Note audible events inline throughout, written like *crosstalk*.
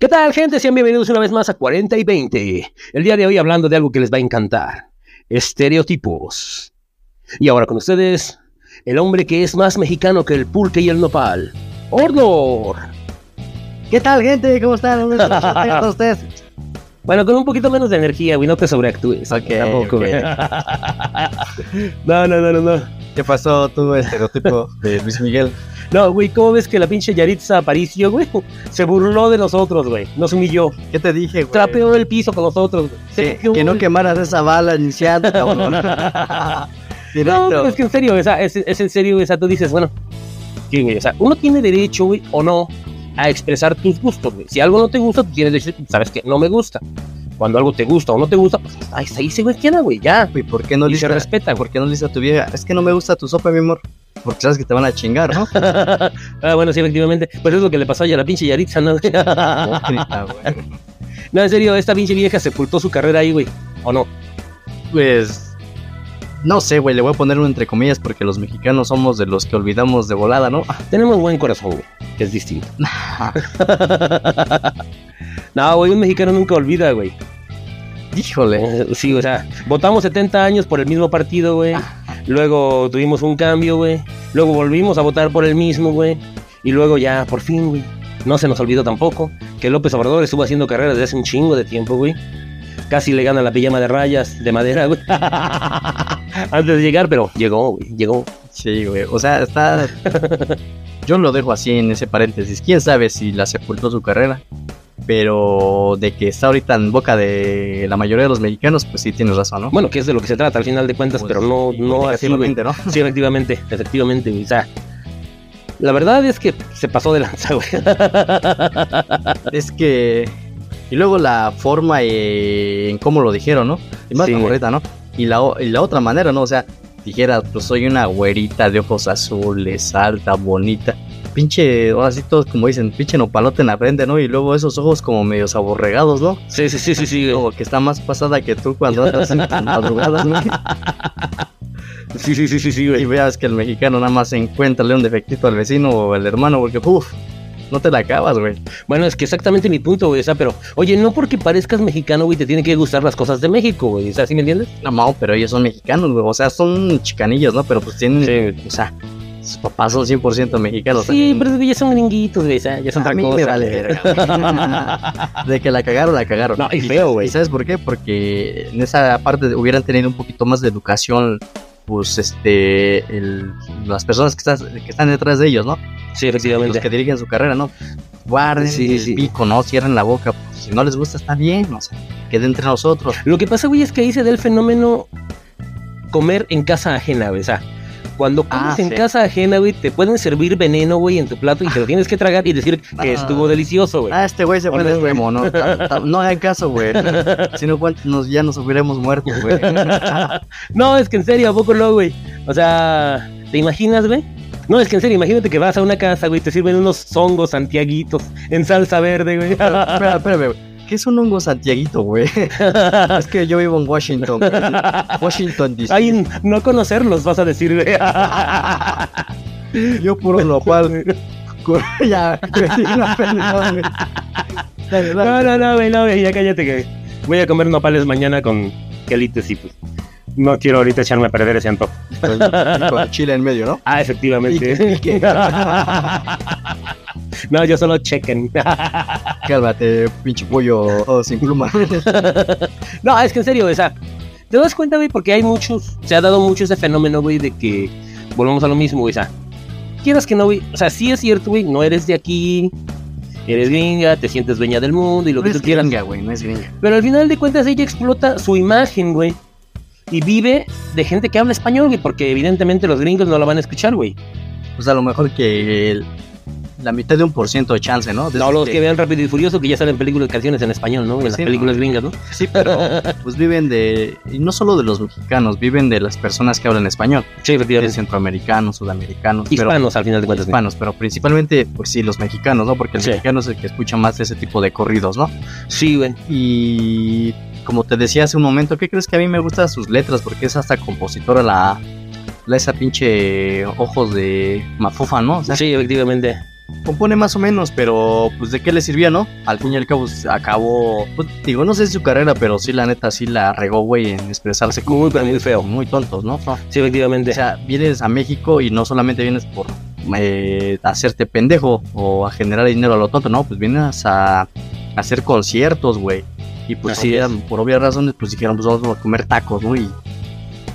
¿Qué tal, gente? Sean bienvenidos una vez más a 40 y 20. El día de hoy hablando de algo que les va a encantar: estereotipos. Y ahora con ustedes, el hombre que es más mexicano que el pulque y el nopal, Orlor. ¿Qué tal, gente? ¿Cómo están? Un beso a ustedes. Bueno, con un poquito menos de energía, güey, no te sobreactúes. *laughs* Ok, tampoco, ok. güey. No, no, no, no, no. *laughs* ¿Qué pasó tu estereotipo de Luis Miguel? No, güey, ¿cómo ves que la pinche Yaritza Aparicio, güey, se burló de nosotros, güey? Nos humilló. ¿Qué te dije, güey? Trapeó el piso con nosotros, güey. Que, Se- ¿qué hubo, que no güey? quemaras esa bala *laughs* iniciando, cabrón. *laughs* No, pero Directo. es que en serio, o sea, es, es en serio, o sea, tú dices, bueno, sí, güey, o sea, uno tiene derecho, güey, o no, a expresar tus gustos, güey. Si algo no te gusta, tú tienes derecho, sabes que no me gusta. Cuando algo te gusta o no te gusta, pues ahí, ahí se cuestiona, güey, ya. ¿Y por qué no y le se respeta, güey. *laughs* ¿Por qué no le dices a tu vieja? Es que no me gusta tu sopa, mi amor. Porque sabes que te van a chingar, *laughs* ¿no? Ah, bueno, sí, efectivamente. Pues es lo que le pasó a la pinche Yaritza, ¿no? *laughs* Hipócrita, güey. no, en serio, esta pinche vieja sepultó su carrera ahí, güey. ¿O no? Pues. No sé, güey, le voy a poner un entre comillas porque los mexicanos somos de los que olvidamos de volada, ¿no? *laughs* Tenemos buen corazón, güey, que es distinto. *laughs* no, güey, un mexicano nunca olvida, güey. Híjole. Eh, *laughs* Sí, o sea, votamos 70 años por el mismo partido, güey. Luego tuvimos un cambio, güey. Luego volvimos a votar por el mismo, güey. Y luego ya, por fin, güey. No se nos olvidó tampoco que López Obrador estuvo haciendo carreras desde hace un chingo de tiempo, güey. Casi le gana la pijama de rayas de madera, güey. *laughs* Antes de llegar, pero llegó, güey. Llegó. Sí, güey. O sea, está. Yo lo dejo así en ese paréntesis. Quién sabe si la sepultó su carrera. Pero de que está ahorita en boca de la mayoría de los mexicanos, pues sí tienes razón, ¿no? Bueno, que es de lo que se trata al final de cuentas, Pues, pero no, sí, no así, güey. negativamente, ¿no? Sí, efectivamente, efectivamente, güey. O sea, la verdad es que se pasó de lanza, güey. *laughs* Es que. Y luego la forma eh, en cómo lo dijeron, ¿no? Y más Sí, la güey. morrita, ¿no? Y la, o- y la otra manera, ¿no? O sea, dijera, pues soy una güerita de ojos azules, alta, bonita. Pinche, ahora sí todos como dicen, pinche nopalote en la frente, ¿no? Y luego esos ojos como medios aborregados, ¿no? Sí, sí, sí, sí, sí, güey. Como que está más pasada que tú cuando *laughs* andas en tus madrugadas, ¿no? Sí, sí, sí, sí, sí, Y güey. veas que el mexicano nada más encuentra un defectito al vecino o al hermano, porque, uff, no te la acabas, güey. Bueno, es que exactamente mi punto, güey. O sea, pero, oye, no porque parezcas mexicano, güey, te tienen que gustar las cosas de México, güey. O sea, ¿sí me entiendes? No, Mau, pero ellos son mexicanos, güey. O sea, son chicanillos, ¿no? Pero pues tienen. Sí. O sea, sus papás son 100% mexicanos. Sí, pero es que ya son gringuitos, güey. O sea, ya son A otra mí me cosa. vale verga, güey. *laughs* De que la cagaron, la cagaron. No, y feo, güey. ¿Y sabes por qué? Porque en esa parte hubieran tenido un poquito más de educación, pues, este, el- las personas que, estás- que están detrás de ellos, ¿no? Sí, Los que efectivamente. dirigen su carrera, ¿no? Guarden Sí, el sí. pico, ¿no? Cierren la boca. pues, si no les gusta, está bien, o sea, quede entre nosotros. Lo que pasa, güey, es que ahí se da el fenómeno comer en casa ajena, güey. O sea, cuando comes Ah, en sí. casa ajena, güey, te pueden servir veneno, güey, en tu plato y te lo tienes que tragar y decir que Ah. estuvo delicioso, güey. Ah, este güey se fue Hombre, de huevo, no, Ta- ta- no hagan caso, *laughs* güey. Si no, ¿cuántos nos, ya nos hubiéramos muerto, güey. No, es que en serio, ¿a poco no, güey? O sea, ¿te imaginas, güey? No, es que en serio, imagínate que vas a una casa, güey, te sirven unos zongos santiaguitos en salsa verde, güey. *laughs* Espera, espérame, güey. ¿Qué es un hongo santiaguito, güey? Es que yo vivo en Washington. güey. Washington, D.C. Ay, n- no conocerlos, vas a decir, güey. *laughs* Yo puro nopal. Cu- ya, güey, *laughs* una pendejada, güey. Dale, dale. No, no, no, güey, no, güey, ya cállate que voy a comer nopales mañana con quelites y pues no quiero ahorita echarme a perder ese antojo. Con- Con chile en medio, ¿no? Ah, efectivamente. Pique, pique. No, yo solo chequen. Cálmate, pinche pollo oh, sin *laughs* pluma. No, es que en serio, o sea, te das cuenta, güey, porque hay muchos, se ha dado mucho ese fenómeno, güey, de que volvemos a lo mismo, güey, o sea, quieras que no, güey, o sea, sí es cierto, güey, no eres de aquí, eres gringa, te sientes dueña del mundo y lo No que es tú quieras, gringa, güey, no es gringa. pero al final de cuentas ella explota su imagen, güey, y vive de gente que habla español, güey, porque evidentemente los gringos no la van a escuchar, güey, Pues a lo mejor que el- la mitad de un por ciento de chance, ¿no? De no esos los que- que vean Rápido y Furioso que ya salen películas, canciones en español, ¿no? En las Pues sí, películas ¿no? gringas, ¿no? Sí, *laughs* pero pues viven de, y no solo de los mexicanos, viven de las personas que hablan español, Sí, de efectivamente. centroamericanos, sudamericanos, pero Hispanos, al final de cuentas. güey. hispanos, pero principalmente, pues sí, los mexicanos, ¿no? Porque el Sí. mexicano es el que escucha más ese tipo de corridos, ¿no? Sí, güey. Y como te decía hace un momento, ¿qué crees que a mí me gustan sus letras? Porque es hasta compositora la, la esa pinche ojos de mafufa, ¿no? O sea, Sí, efectivamente. compone más o menos, pero pues de qué le sirvió, ¿no? Al fin y al cabo pues, acabó, pues, digo, no sé si su carrera, pero sí la neta sí la regó, güey, en expresarse como Muy para mí es feo. muy tontos, ¿no? O Sí, efectivamente. sea, vienes a México y no solamente vienes por eh, hacerte pendejo o a generar dinero a lo tonto, no, pues vienes a, a hacer conciertos, güey. Y pues Así obvia- por obvias razones, pues dijeron, pues vamos a comer tacos, ¿no? Y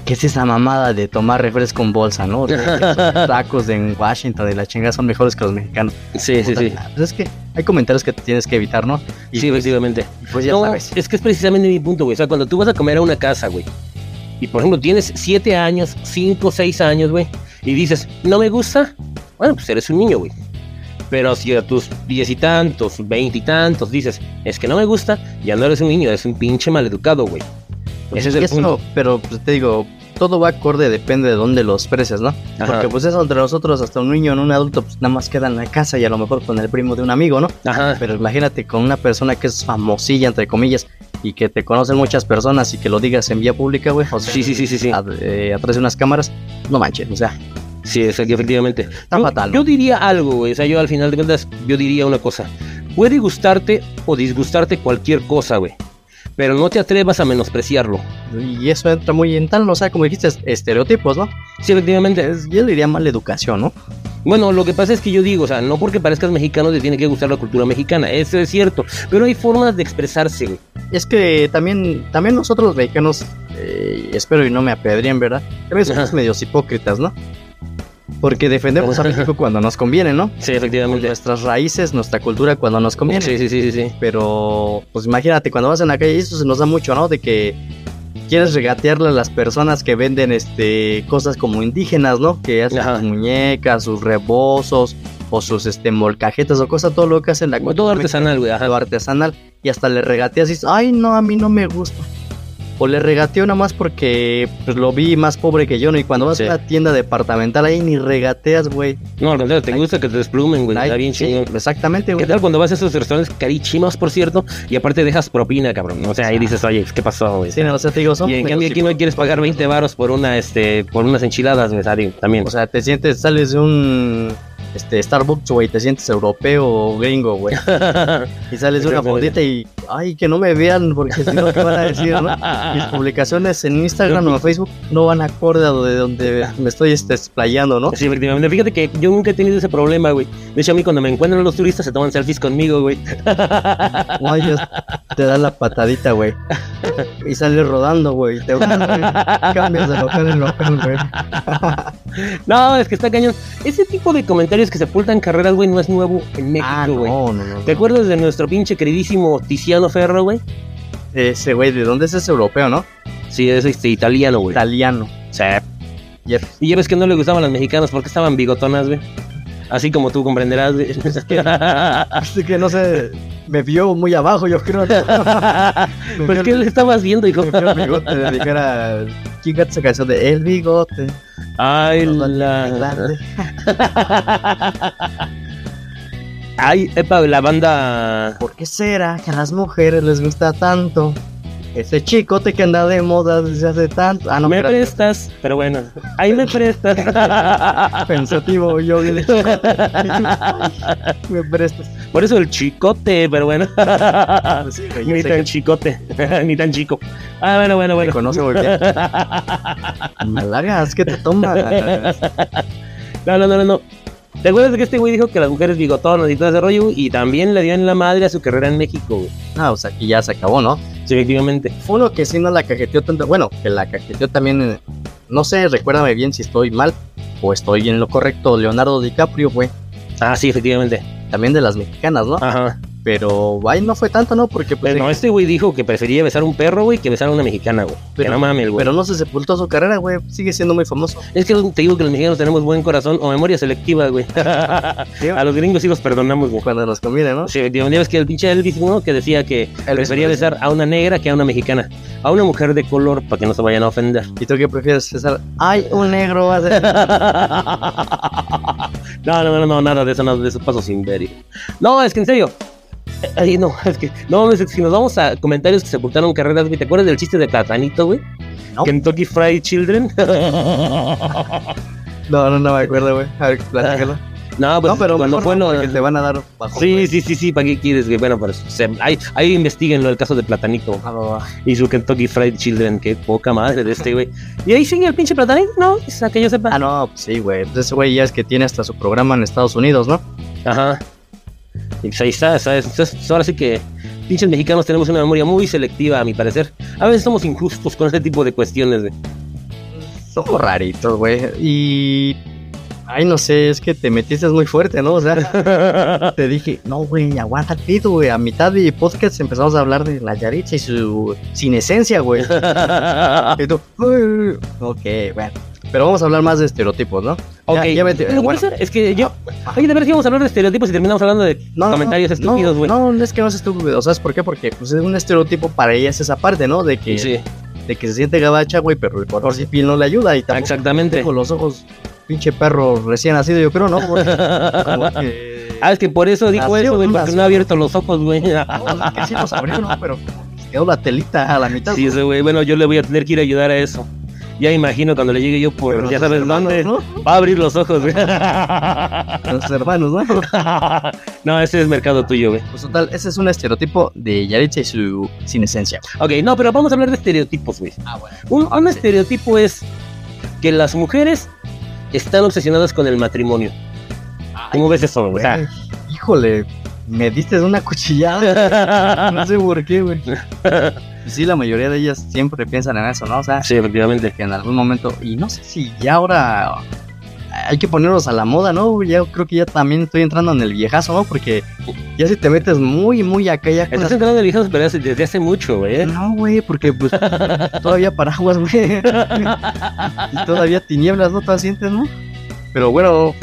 ¿qué es esa mamada de tomar refresco en bolsa, no? pues, *laughs* tacos en Washington de la chingada son mejores que los mexicanos. sí, sí, Puta, sí. Pues es que hay comentarios que tienes que evitar, ¿no? Y Sí, efectivamente. pues ya no, sabes. es que es precisamente mi punto, güey. O sea, cuando tú vas a comer a una casa, güey, y por ejemplo tienes 7 años, 5, 6 años, güey, y dices, no me gusta, bueno, pues eres un niño, güey. Pero si a tus 10 y tantos, 20 y tantos dices, es que no me gusta, ya no eres un niño, eres un pinche maleducado, güey. Pues Ese es el eso, punto. Pero pues, te digo, todo va acorde, depende de dónde los preces, ¿no? Ajá. Porque pues eso entre nosotros, hasta un niño en un adulto, pues nada más queda en la casa y a lo mejor con el primo de un amigo, ¿no? Ajá. Pero imagínate con una persona que es famosilla, entre comillas, y que te conocen muchas personas y que lo digas en vía pública, güey. O sea, Sí, sí, sí, sí, sí. a- eh, atrás de unas cámaras, no manches, o sea, Sí, es- efectivamente. Está yo, fatal, ¿no? yo diría algo, güey. O sea, yo al final de cuentas, yo diría una cosa. Puede gustarte o disgustarte cualquier cosa, güey. Pero no te atrevas a menospreciarlo. y eso entra muy en tal, o sea, como dijiste, estereotipos, ¿no? Sí, efectivamente. Es- yo diría mala educación, ¿no? Bueno, lo que pasa es que yo digo, o sea, no porque parezcas mexicano te tiene que gustar la cultura mexicana, eso es cierto, pero hay formas de expresarse, güey. Es que también, también nosotros los mexicanos, eh, espero y no me apedrían, ¿verdad? También somos Ajá. medios hipócritas, ¿no? Porque defendemos a México cuando nos conviene, ¿no? Sí, efectivamente. Nuestras raíces, nuestra cultura cuando nos Pues, conviene. Sí, sí, sí, sí, sí. Pero, pues imagínate, cuando vas en la calle, eso se nos da mucho, ¿no? De que quieres regatearle a las personas que venden este cosas como indígenas, ¿no? Que hacen Ajá. sus muñecas, sus rebozos, o sus este molcajetas, o cosas, todo lo que hacen la Como todo artesanal, güey. lo Ajá. artesanal y hasta le regateas y dices, ay no, a mí no me gusta. O le regateo nada más porque pues, lo vi más pobre que yo, ¿no? Y cuando vas Sí. a una tienda departamental ahí ni regateas, güey. No, al contrario, te gusta que te desplumen, güey. Ay, Pues, Está bien sí, chingón. Exactamente, ¿Qué güey. tal cuando vas a esos restaurantes carísimos, por cierto? Y aparte dejas propina, cabrón. O sea, ahí dices, oye, ¿qué pasó, güey? Sí, no, o sea, te digo, son y en medios cambio aquí no quieres pagar 20 varos por una, este, por unas enchiladas, güey, Sari, también. O sea, te sientes, sales de un este, Starbucks, güey, te sientes europeo o gringo, güey. Y sales de una fondita y, ay, que no me vean, porque si no, ¿qué van a decir, *laughs* no? Mis publicaciones en Instagram o en Facebook no van acorde a de donde me estoy este, explayando, ¿no? *laughs* Sí, efectivamente. Fíjate que yo nunca he tenido ese problema, güey. De hecho, a mí cuando me encuentran los turistas se toman selfies conmigo, güey. Ay, Dios, te da la patadita, güey. Y sales rodando, güey. *laughs* Te cambias de local en local, güey. No, es que está cañón. Ese tipo de comentarios que sepultan carreras, güey, no es nuevo en Ah, México, no, güey. no, no. ¿Te acuerdas de nuestro pinche queridísimo Tiziano Ferro, güey? Ese güey, ¿de dónde es ese europeo, no? Sí, es este italiano, güey. Italiano. Sí. Yep. Y ya ves que no le gustaban las mexicanas porque estaban bigotonas, güey. Así como tú comprenderás, *laughs* güey. *laughs* Así que no sé, me vio muy abajo, *laughs* yo creo. Me pues, vio ¿qué el- le estabas viendo, hijo? me vio el bigote, le dijera, ¿quién canta esa canción de El Bigote? *laughs* Ay, Nos va a tener la... grande. Ay, epa, la banda... ¿Por qué será que a las mujeres les gusta tanto? Ese chicote que anda de moda desde hace tanto. Ah, no, me espera, prestas, pero bueno, ahí me prestas. pensativo yo y de- me prestas *laughs* Por eso el chicote, pero *laughs* bueno. Pues sí, güey, yo Ni sé tan chicote, *laughs* ni tan chico. Ah, bueno, bueno, que te bueno. conoce muy bien Malagas que te toma No, no, no, no, no. ¿Te acuerdas de que este güey dijo que las mujeres bigotonas y todo ese rollo? Y también le dieron la madre a su carrera en México, güey. ah o sea que ya se acabó no Sí, efectivamente. fue uno que sí no la cajeteó tanto bueno que la cajeteó también eh, no sé recuérdame bien si estoy mal o estoy en lo correcto Leonardo DiCaprio güey Ah, sí, efectivamente. también de las mexicanas no Ajá. pero ahí no fue tanto no porque pues, Pero no, eh, este güey dijo que prefería besar a un perro, güey, que besar a una mexicana, güey. Que Pero- no mames, güey. pero no se sepultó su carrera güey sigue siendo muy famoso Es que te digo que los mexicanos tenemos buen corazón o memoria selectiva, güey. *laughs* a los gringos sí los perdonamos, güey. cuando nos conviene no Sí, efectivamente, ya ves que el pinche Elvis, ¿no? Que decía que El prefería besar a una negra que a una mexicana. A una mujer de color, para que no se vayan a ofender. *laughs* y tú qué prefieres César ay un negro va a ser No, no, no, no, nada de eso, nada de eso, paso sin ver. hijo. No, es que en serio. Eh, Ay, no, es que, no, es que si nos vamos a comentarios que sepultaron carreras, güey, ¿te acuerdas del chiste de Platanito, güey? No. Kentucky Fried Children. *laughs* No, no, no me acuerdo, güey. A ver, platícalo. No, pues, no, pero cuando mejor fue no, lo- porque te van a dar bajo. Sí, pues. sí, sí, sí, ¿para qué quieres? que- Bueno, pues se- ahí, ahí investiguenlo, el caso de Platanito Ah, va, va. y su Kentucky Fried Children, qué poca madre de este güey. Y ahí sigue el pinche Platanito, ¿no? Es a que yo Ah, sepa. no, pues sí, güey. Pues ese güey ya es que tiene hasta su programa en Estados Unidos, ¿no? Ajá. Y pues ahí está, ¿sabes? Entonces, ahora sí que pinches mexicanos tenemos una memoria muy selectiva, a mi parecer. A veces somos injustos con este tipo de cuestiones. güey. *laughs* Somos raritos, güey. Y. Ay, no sé, es que te metiste muy fuerte, ¿no? O sea, *laughs* te dije, no, güey, aguántate, güey. A mitad de podcast empezamos a hablar de la Yaritza y su cinesencia, *laughs* güey. Y tú, "Ay". ok, bueno. Pero vamos a hablar más de estereotipos, ¿no? ok, Ya, ya vete, Lo que bueno. Ah, pasa es que yo... Oye, de ver si vamos a hablar de estereotipos y terminamos hablando de comentarios estúpidos, güey. No, no, es que no es estúpido. ¿Sabes por qué? Porque pues, es un estereotipo para ella es esa parte, ¿no? De que, sí, de que se siente gabacha, güey, pero el color sin piel no le ayuda. Y tampoco exactamente. con los ojos, pinche perro recién nacido, yo creo, ¿no? Porque- *laughs* como que- *laughs* Ah, es que por eso dijo Nació eso, güey, con porque razón. no ha abierto los ojos, güey. No, o sea, que sí los abrió, ¿no? Pero quedó la telita a la mitad. Sí, ese güey, bueno, yo le voy a tener que ir a ayudar a eso. Ya imagino cuando le llegue yo por Pero ya sus sabes hermanos, dónde, ¿no? va a abrir los ojos, güey. *laughs* Los hermanos, ¿no? no, ese es mercado tuyo, güey. Pues total, ese es un estereotipo de Yaritza y su sin esencia. Ok, no, pero vamos a hablar de estereotipos, güey. Ah, bueno. Un, un Sí. estereotipo es que las mujeres están obsesionadas con el matrimonio. ¿Cómo ves eso, güey? O Eh. sea, híjole, me diste una cuchillada. *laughs* No sé por qué, güey. Y Sí, la mayoría de ellas siempre piensan en eso, ¿no? O sea, *laughs* sí, efectivamente. que en algún momento, y no sé si ya ahora hay que ponerlos a la moda, ¿no? Ya creo que ya también estoy entrando en el viejazo, ¿no? Porque ya si te metes muy, muy acá ya con Estás las- entrando en el viejo pero hace- desde hace mucho, güey. ¿eh? No, güey, porque *laughs* pues todavía paraguas, *laughs* güey. y todavía tinieblas, ¿no? Todavía sientes, ¿no? Pero *laughs* bueno...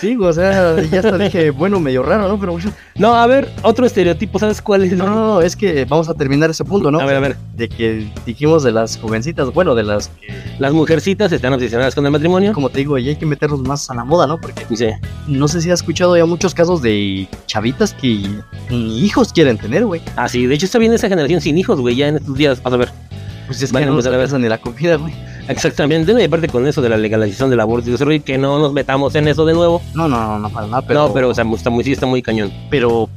Sí, güey, o sea, ya hasta dije, bueno, medio raro, ¿no? Pero bueno, No, a ver, otro estereotipo, ¿sabes cuál es? no, no, no, es que vamos a terminar ese punto, ¿no? A ver, a ver. De que dijimos de las jovencitas, bueno, de las Las mujercitas están obsesionadas con el matrimonio. como te digo, ya hay que meterlos más a la moda, ¿no? Porque Sí. no sé si has escuchado ya muchos casos de chavitas que ni hijos quieren tener, güey. Ah, sí, de hecho está bien esa generación sin hijos, güey, ya en estos días, vas a ver. Pues es Van a que no empezar a ver. se ni la comida, güey. Exactamente, no, y aparte con eso de la legalización del aborto y ese rollo, que no nos metamos en eso de nuevo. No, no, no, no, para nada, pero... no, pero o sea, está muy, sí, está muy cañón. Pero,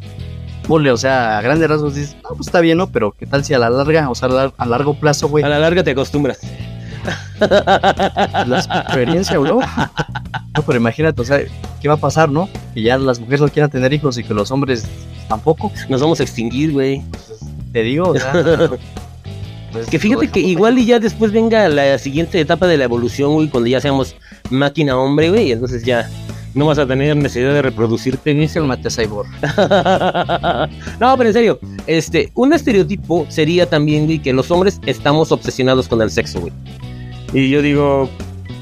ponle, o sea, a grandes rasgos dices, no, pues está bien, ¿no? Pero ¿qué tal si a la larga, o sea, a lar- a largo plazo, güey, A la larga te acostumbras. *laughs* la experiencia, güey? No, pero imagínate, o sea, ¿qué va a pasar, no? Que ya las mujeres no quieran tener hijos y que los hombres tampoco. Nos vamos a extinguir, güey. Te digo, o sea... pues, Que fíjate que igual y ya después venga la siguiente etapa de la evolución, güey, cuando ya seamos máquina hombre, güey, y entonces ya no vas a tener necesidad de reproducirte, güey. Dice el Mate Cyborg. *laughs* no, pero en serio, este, un estereotipo sería también, güey, que los hombres estamos obsesionados con el sexo, güey. Y yo digo,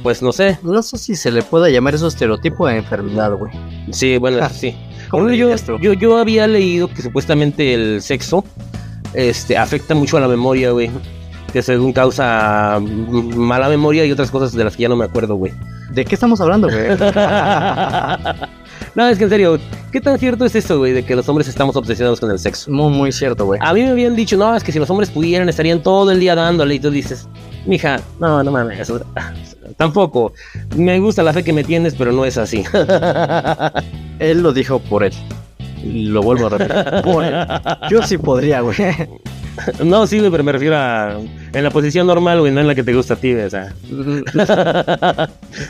pues no sé. No sé si se le pueda llamar eso estereotipo de enfermedad, güey. Sí, bueno, eso sí. Ah, ¿Cómo Bueno, le yo, dirías tú? yo, yo había leído que supuestamente el sexo este, afecta mucho a la memoria, güey. Que según causa mm, mala memoria y otras cosas de las que ya no me acuerdo, güey. *laughs* ¿De qué estamos hablando, güey? no, es que en serio, ¿qué tan cierto es eso, güey? De que los hombres estamos obsesionados con el sexo. muy, muy cierto, güey. A mí me habían dicho, no, es que si los hombres pudieran estarían todo el día dándole. Y tú dices, mija, no, no mames. eso- *laughs* Tampoco. Me gusta la fe que me tienes, pero no es así. *laughs* Él lo dijo por él. Lo vuelvo a repetir. Por él. Yo sí podría, güey. no, sí, güey, pero me refiero a. En la posición normal, güey, no en la que te gusta a ti, güey, o sea.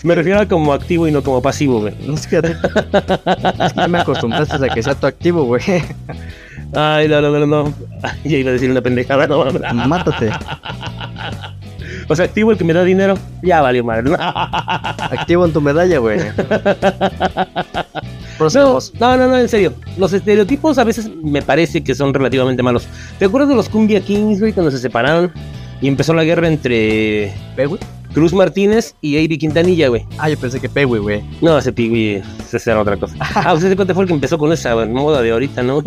me refiero a como activo y no como pasivo, güey. No es que es que me acostumbraste a que sea tu activo, güey. Ay, no, no, no, no. *laughs* Ay, Ya iba a decir una pendejada, no mames. Mátate. O sea, activo el que me da dinero, ya valió madre. No, Activo en tu medalla, güey. No, Próximos. no, no, no, en serio. Los estereotipos a veces me parece que son relativamente malos. ¿Te acuerdas de los Cumbia Kings, güey, cuando se separaron y empezó la guerra entre ¿Pe, güey? Cruz Martínez y AB Quintanilla, güey? Ah, yo pensé que pe, güey, güey. No, ese pigui, ese era *laughs* otra cosa. Ah, usted se cuenta fue el que empezó con esa moda de ahorita, ¿no? *laughs*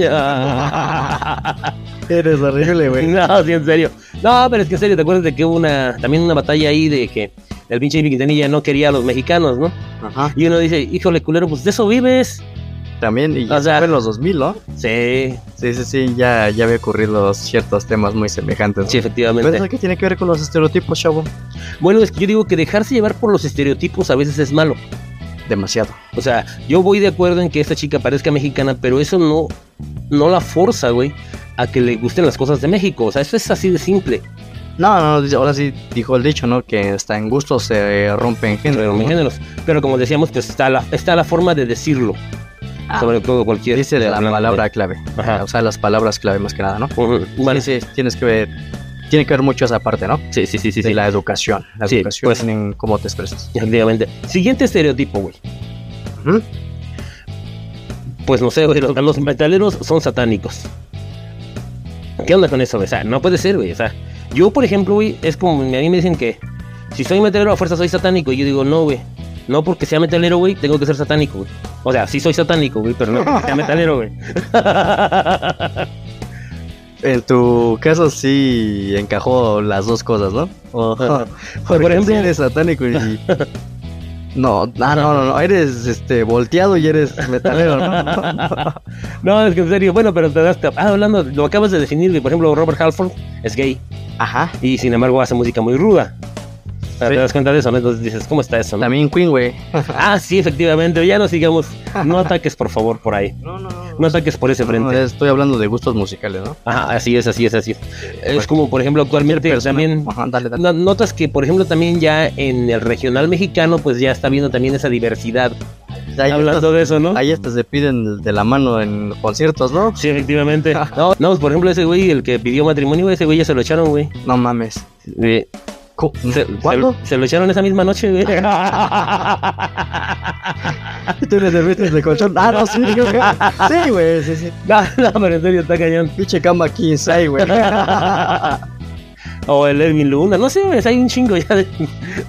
Eres horrible, güey. no, sí, en serio. No, pero es que en serio, ¿te acuerdas de que hubo una, también una batalla ahí de que el pinche AB Quintanilla no quería a los mexicanos, ¿no? Ajá. Y uno dice, híjole, culero, pues de eso vives. También, y O sea- fue en los 2000, ¿no? Sí, Sí, sí, sí, ya, ya había ocurrido ciertos temas muy semejantes. ¿no? sí, efectivamente. Pero eso que tiene que ver con los estereotipos, chavo. Bueno, es que yo digo que dejarse llevar por los estereotipos a veces es malo. demasiado. O sea, yo voy de acuerdo en que esta chica parezca mexicana, pero eso no, no la forza, güey, a que le gusten las cosas de México. O sea, eso es así de simple. No, no, dice- ahora sí dijo el dicho, ¿no? Que hasta en gusto se rompen género. Pero, mis géneros. pero como decíamos, pues está la, está la forma de decirlo. Ah, sobre todo cualquier. Dice la hablando de- palabra clave. Ajá. O sea, las palabras clave más que nada, ¿no? Ujú. Bueno, Sí, sí, tienes que ver. Tiene que ver mucho esa parte, ¿no? sí, sí, sí, sí, De sí. la educación. La Sí, educación pues. en cómo te expresas. ¿Mm? Efectivamente. Siguiente estereotipo, güey. Ujú. Pues no sé, güey, los, los metaleros son satánicos. ¿Qué onda con eso, güey? O sea, no puede ser, güey. O sea, yo, por ejemplo, güey, es como a mí me dicen que si soy metalero a fuerza soy satánico. Y yo digo, no, güey. No porque sea metalero, güey, tengo que ser satánico, güey. O sea, sí soy satánico, güey, pero no porque sea metalero, güey. En tu caso sí encajó las dos cosas, ¿no? *laughs* O- Ajá. porque Por ejemplo- sí eres satánico y... *laughs* No, ah, no, no, no, eres este volteado y eres *laughs* metalero, ¿no? No, es que en serio, bueno, pero te das. Ah, hablando, lo acabas de definir, güey. Por ejemplo, Robert Halford es gay. Ajá. y sin embargo hace música muy ruda. O sea, Sí. Te das cuenta de eso, ¿no? Entonces dices, ¿cómo está eso? no? También Queen, güey. Ah, sí, efectivamente, ya no sigamos. No ataques, por favor, por ahí. No, no, No ataques por ese No, frente. estoy hablando de gustos musicales, ¿no? Ajá, así es, así es, así es. Es Pues, como, por ejemplo, actualmente Persona. también... Ajá, dale, dale. no- Notas que, por ejemplo, también ya en el regional mexicano, pues ya está viendo también esa diversidad. Ahí Hablando de eso, ¿no? estas- ahí estas se piden de la mano en conciertos, ¿no? Sí, *laughs* efectivamente. No, no, por ejemplo, ese güey, el que pidió matrimonio, ese güey ya se lo echaron, güey. No mames. Eh, Co- se- Mm. ¿Cuándo? Se, se lo echaron esa misma noche, *laughs* güey. *laughs* Tú le serviste de colchón. Ah, no, sí, yo- *laughs* sí, güey, sí, sí. No, no, pero en serio, está cañón. Pinche cama king size, güey. o el Edwin Luna, no sé, güey, hay un chingo ya de,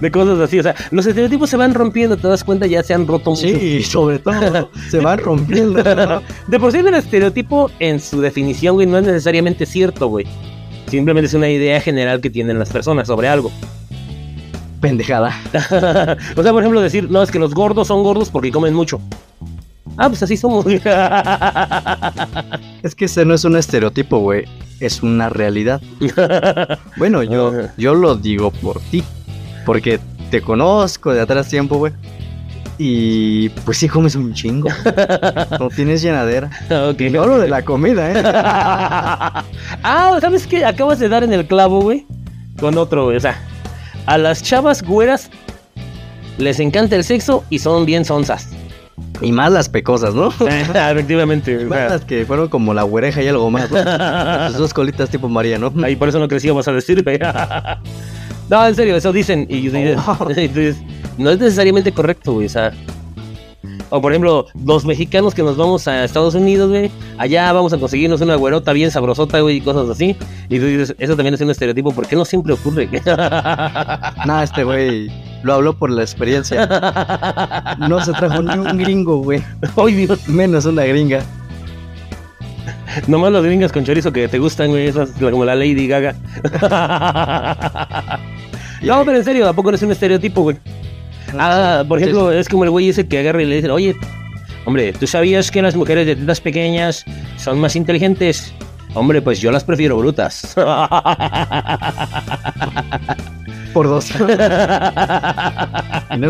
de cosas así, o sea, los estereotipos se van rompiendo, te das cuenta, ya se han roto mucho. Sí, *laughs* sobre todo se van rompiendo. ¿no? De por sí el estereotipo en su definición, güey, no es necesariamente cierto, güey. Simplemente es una idea general que tienen las personas sobre algo. *laughs* Pendejada. o sea, por ejemplo, decir, no, es que los gordos son gordos porque comen mucho. Ah, pues así somos. *laughs* Es que ese no es un estereotipo, güey. Es una realidad. Bueno, yo, Ajá. yo lo digo por ti. Porque te conozco de atrás tiempo, güey. Y pues sí comes un chingo. No tienes llenadera. Ok. Y no hablo de la comida, ¿eh? ah, ¿sabes qué? Acabas de dar en el clavo, güey. Con otro, güey. O sea, a las chavas güeras les encanta el sexo y son bien sonzas. Y más las pecosas, ¿no? *laughs* Efectivamente. o Más sea. las que fueron como la güereja y algo más, ¿no? Las dos colitas tipo María, ¿no? Ahí por eso no creció, vas a decir, güey. *laughs* no, en serio, eso dicen. Y tú dices- *laughs* y tú dices, no es necesariamente correcto, güey. O sea. O por ejemplo, los mexicanos que nos vamos a Estados Unidos, güey, allá vamos a conseguirnos una güerota bien sabrosota, güey, y cosas así. Y tú dices, eso también es un estereotipo, ¿por qué no siempre ocurre? *laughs* Nah, este güey lo habló por la experiencia. No se trajo ni un gringo, güey. Ay, Dios, Menos una gringa. nomás las gringas con chorizo que te gustan, güey, esas la- como la Lady Gaga. *laughs* no, pero en serio, ¿a poco no es un estereotipo, güey? Ah, por ejemplo, es como el güey ese que agarra y le dice, oye, hombre, ¿tú sabías que las mujeres de tetas pequeñas son más inteligentes? Hombre, pues yo las prefiero brutas. *laughs* Por dos. y no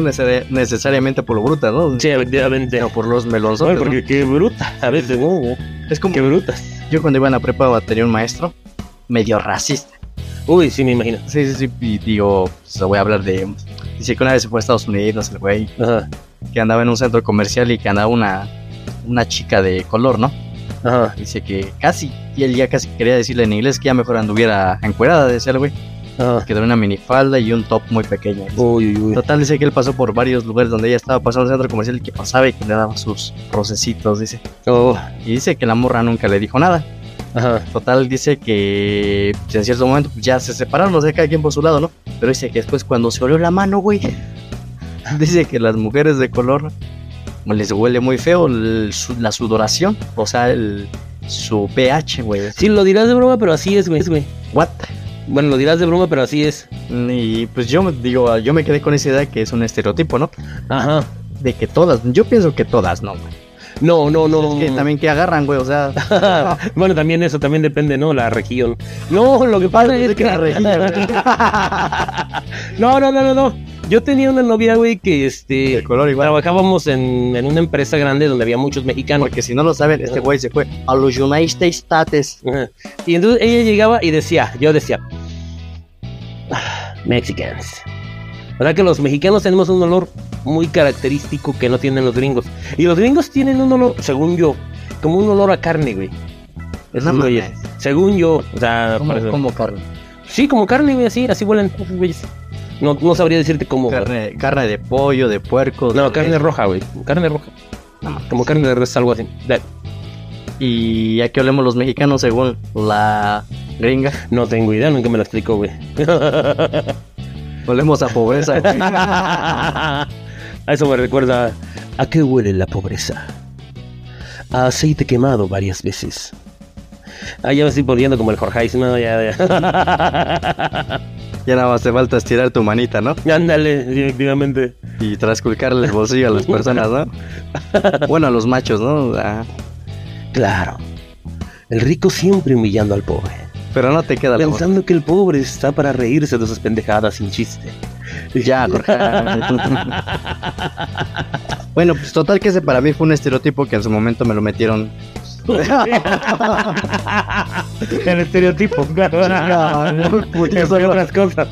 necesari- necesariamente por lo bruta, ¿no? sí, efectivamente. *laughs* Pero por los Bueno, melonzones. ¿no? porque qué bruta, a veces, ¿no? güey? Es como Qué brutas. yo cuando iba en la prepa tenía un maestro medio racista. Uy, sí, me imagino. Sí, sí, sí. Y digo, pues, voy a hablar de. Dice que una vez se fue a Estados Unidos, el güey, Ajá, que andaba en un centro comercial y que andaba una, una chica de color, ¿no? ajá, Dice que casi, y él ya casi quería decirle en inglés que ya mejor anduviera encuerada, decía el güey. ajá. Que tenía una minifalda y un top muy pequeño. Uy, uy, uy. Total, dice que él pasó por varios lugares donde ella estaba pasando el centro comercial y que pasaba y que le daba sus rocecitos, dice. Oh, Y dice que la morra nunca le dijo nada. ajá. Total, dice que pues, en cierto momento pues, ya se separaron, no sé, cada quien por su lado, ¿no? Pero dice que después cuando se olió la mano, güey, *laughs* dice que las mujeres de color les huele muy feo el su- la sudoración, o sea, el, su pH, güey. Sí, lo dirás de broma, pero así es, güey. es, güey. What? Bueno, lo dirás de broma, pero así es. Y pues yo me- digo, yo me quedé con esa idea que es un estereotipo, ¿no? Ajá. De que todas, yo pienso que todas, ¿no? güey? No, no, no. Es que también que agarran, güey, o sea, *laughs* *laughs* bueno, también eso también depende, ¿no? La región. No, lo que pasa es que *laughs* la rejilla, güey. No, no, no, no, no. Yo tenía una novia, güey, que este. El color igual. Trabajábamos en, en una empresa grande donde había muchos mexicanos. Porque si no lo saben, este güey se fue a los United States. Ajá. Y entonces ella llegaba y decía, yo decía, "Ah, Mexicans. ¿Verdad que los mexicanos tenemos un olor muy característico que no tienen los gringos? Y los gringos tienen un olor, según yo, como un olor a carne, güey. Es ¿eh? Esos güeyes. Según yo, o sea, parece- ¿Cómo, cómo carne? sí, como carne, güey, así, así huelen esos güeyes. No, no sabría decirte cómo. güey. carne? Carne de pollo, de puerco. No, de carne res. roja, güey. Carne roja. No mames. Como carne de res, algo así. Da- Y ya que hablemos los mexicanos según la gringa, No tengo idea, nunca me lo explicó, güey. volvemos *laughs* a pobreza. güey. A eso me recuerda a qué huele la pobreza. A aceite quemado varias veces. Ah, ya me estoy poniendo como el Jorge no, ya, *laughs* ya. ya nada más te falta estirar tu manita, ¿no? Ándale, efectivamente. Y trasculcarle el bolsillo a las personas, ¿no? Bueno, a los machos, ¿no? Ah, Claro. El rico siempre humillando al pobre. pero no te queda la voz. Pensando que el pobre está para reírse de sus pendejadas sin chiste. Ya, Jorge. bueno, pues total que ese para mí fue un estereotipo que en su momento me lo metieron. El estereotipo, claro. Entre otras cosas.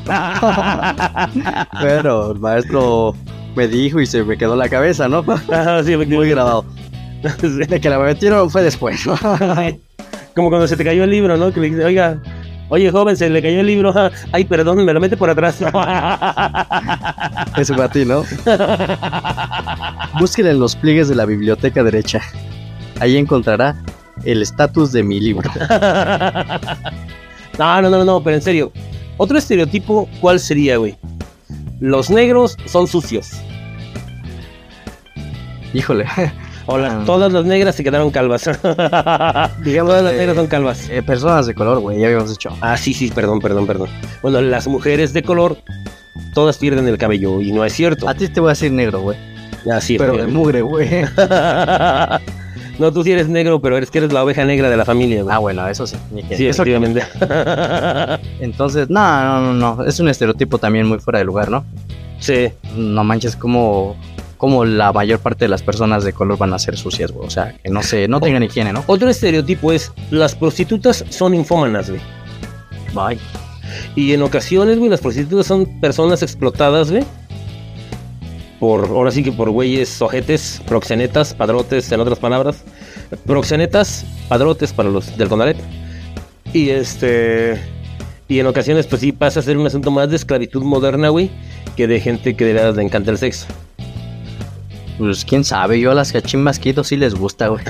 Pero el maestro me dijo y se me quedó la cabeza, ¿no? Ah, sí, efectivamente. Muy grabado. *laughs* De que la metieron fue después, ¿no? Como cuando se te cayó el libro, ¿no? Que le dices, oiga, oye, joven, se le cayó el libro. *laughs* Ah, Ay, perdón, me lo mete por atrás. *laughs* Eso para ti, ¿no? Búsquela en los pliegues de la biblioteca derecha. Ahí encontrará el estatus de mi libro. No, no, no, no, pero en serio. Otro estereotipo, ¿cuál sería, güey? Los negros son sucios. Híjole. Hola. Ah. Todas las negras se quedaron calvas. *laughs* Todas Digamos, las eh, negras son calvas. eh, personas de color, güey, ya habíamos dicho. Ah, sí, sí, perdón, perdón, perdón. Bueno, las mujeres de color, todas pierden el cabello, y no es cierto. A ti te voy a decir negro, güey. Así es. Ah, Pero *laughs* de mugre, güey. no, tú sí eres negro, pero eres que eres la oveja negra de la familia, güey. Ah, bueno, eso sí. ni que- Sí, eso- efectivamente. entonces, no, no, no, no. Es un estereotipo también muy fuera de lugar, ¿no? sí, No manches como, como la mayor parte de las personas de color van a ser sucias, güey. O sea, que no sé, no tengan higiene, ¿no? otro estereotipo es las prostitutas son infómanas, güey. Bye. Y en ocasiones, güey, las prostitutas son personas explotadas, güey. Por, ahora sí que por güeyes, ojetes, proxenetas, padrotes, en otras palabras. Proxenetas, padrotes para los del Conalep. Y este. Y en ocasiones, pues sí, pasa a ser un asunto más de esclavitud moderna, güey, que de gente que de verdad le encanta el sexo. Pues quién sabe, yo a las cachimbasquitos sí les gusta, güey.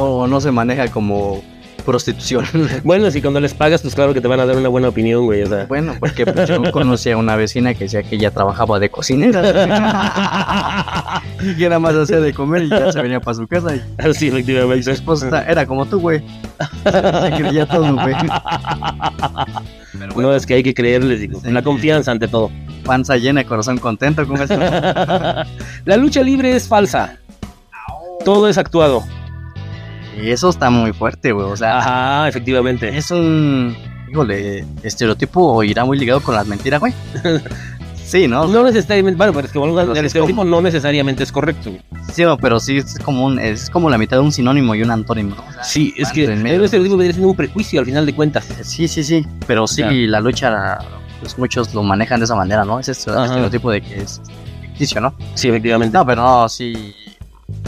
o no se maneja como prostitución. Bueno, si cuando les pagas, pues claro que te van a dar una buena opinión, güey. O *laughs* sea. bueno, porque pues, yo conocí a una vecina que decía que ella trabajaba de cocinera. y que nada más hacía de comer y ya se venía para su casa. Y Sí, su efectivamente. esposa era como tú, güey. Se creía todo, güey. Pero bueno, No, es que hay que creerles, digo. Sí. La confianza ante todo. *laughs* panza llena, corazón contento, ¿cómo es? La lucha libre es falsa. Todo es actuado. y eso está muy fuerte, güey. O sea, Ajá, efectivamente. es un, híjole, estereotipo irá muy ligado con las *laughs* mentiras, güey. Sí, ¿no? No necesariamente, bueno, pero es que bueno, Pero sí el es estereotipo no necesariamente es correcto. güey. Sí, pero sí es como un, es como la mitad de un sinónimo y un antónimo. ¿no? O sea, Sí, es que en medio. el estereotipo viene siendo un prejuicio al final de cuentas. sí, sí, sí. Pero sí, Ya. la lucha, pues muchos lo manejan de esa manera, ¿no? Es este Ajá. estereotipo de que es ficticio, ¿no? Sí, efectivamente. No, pero no, sí.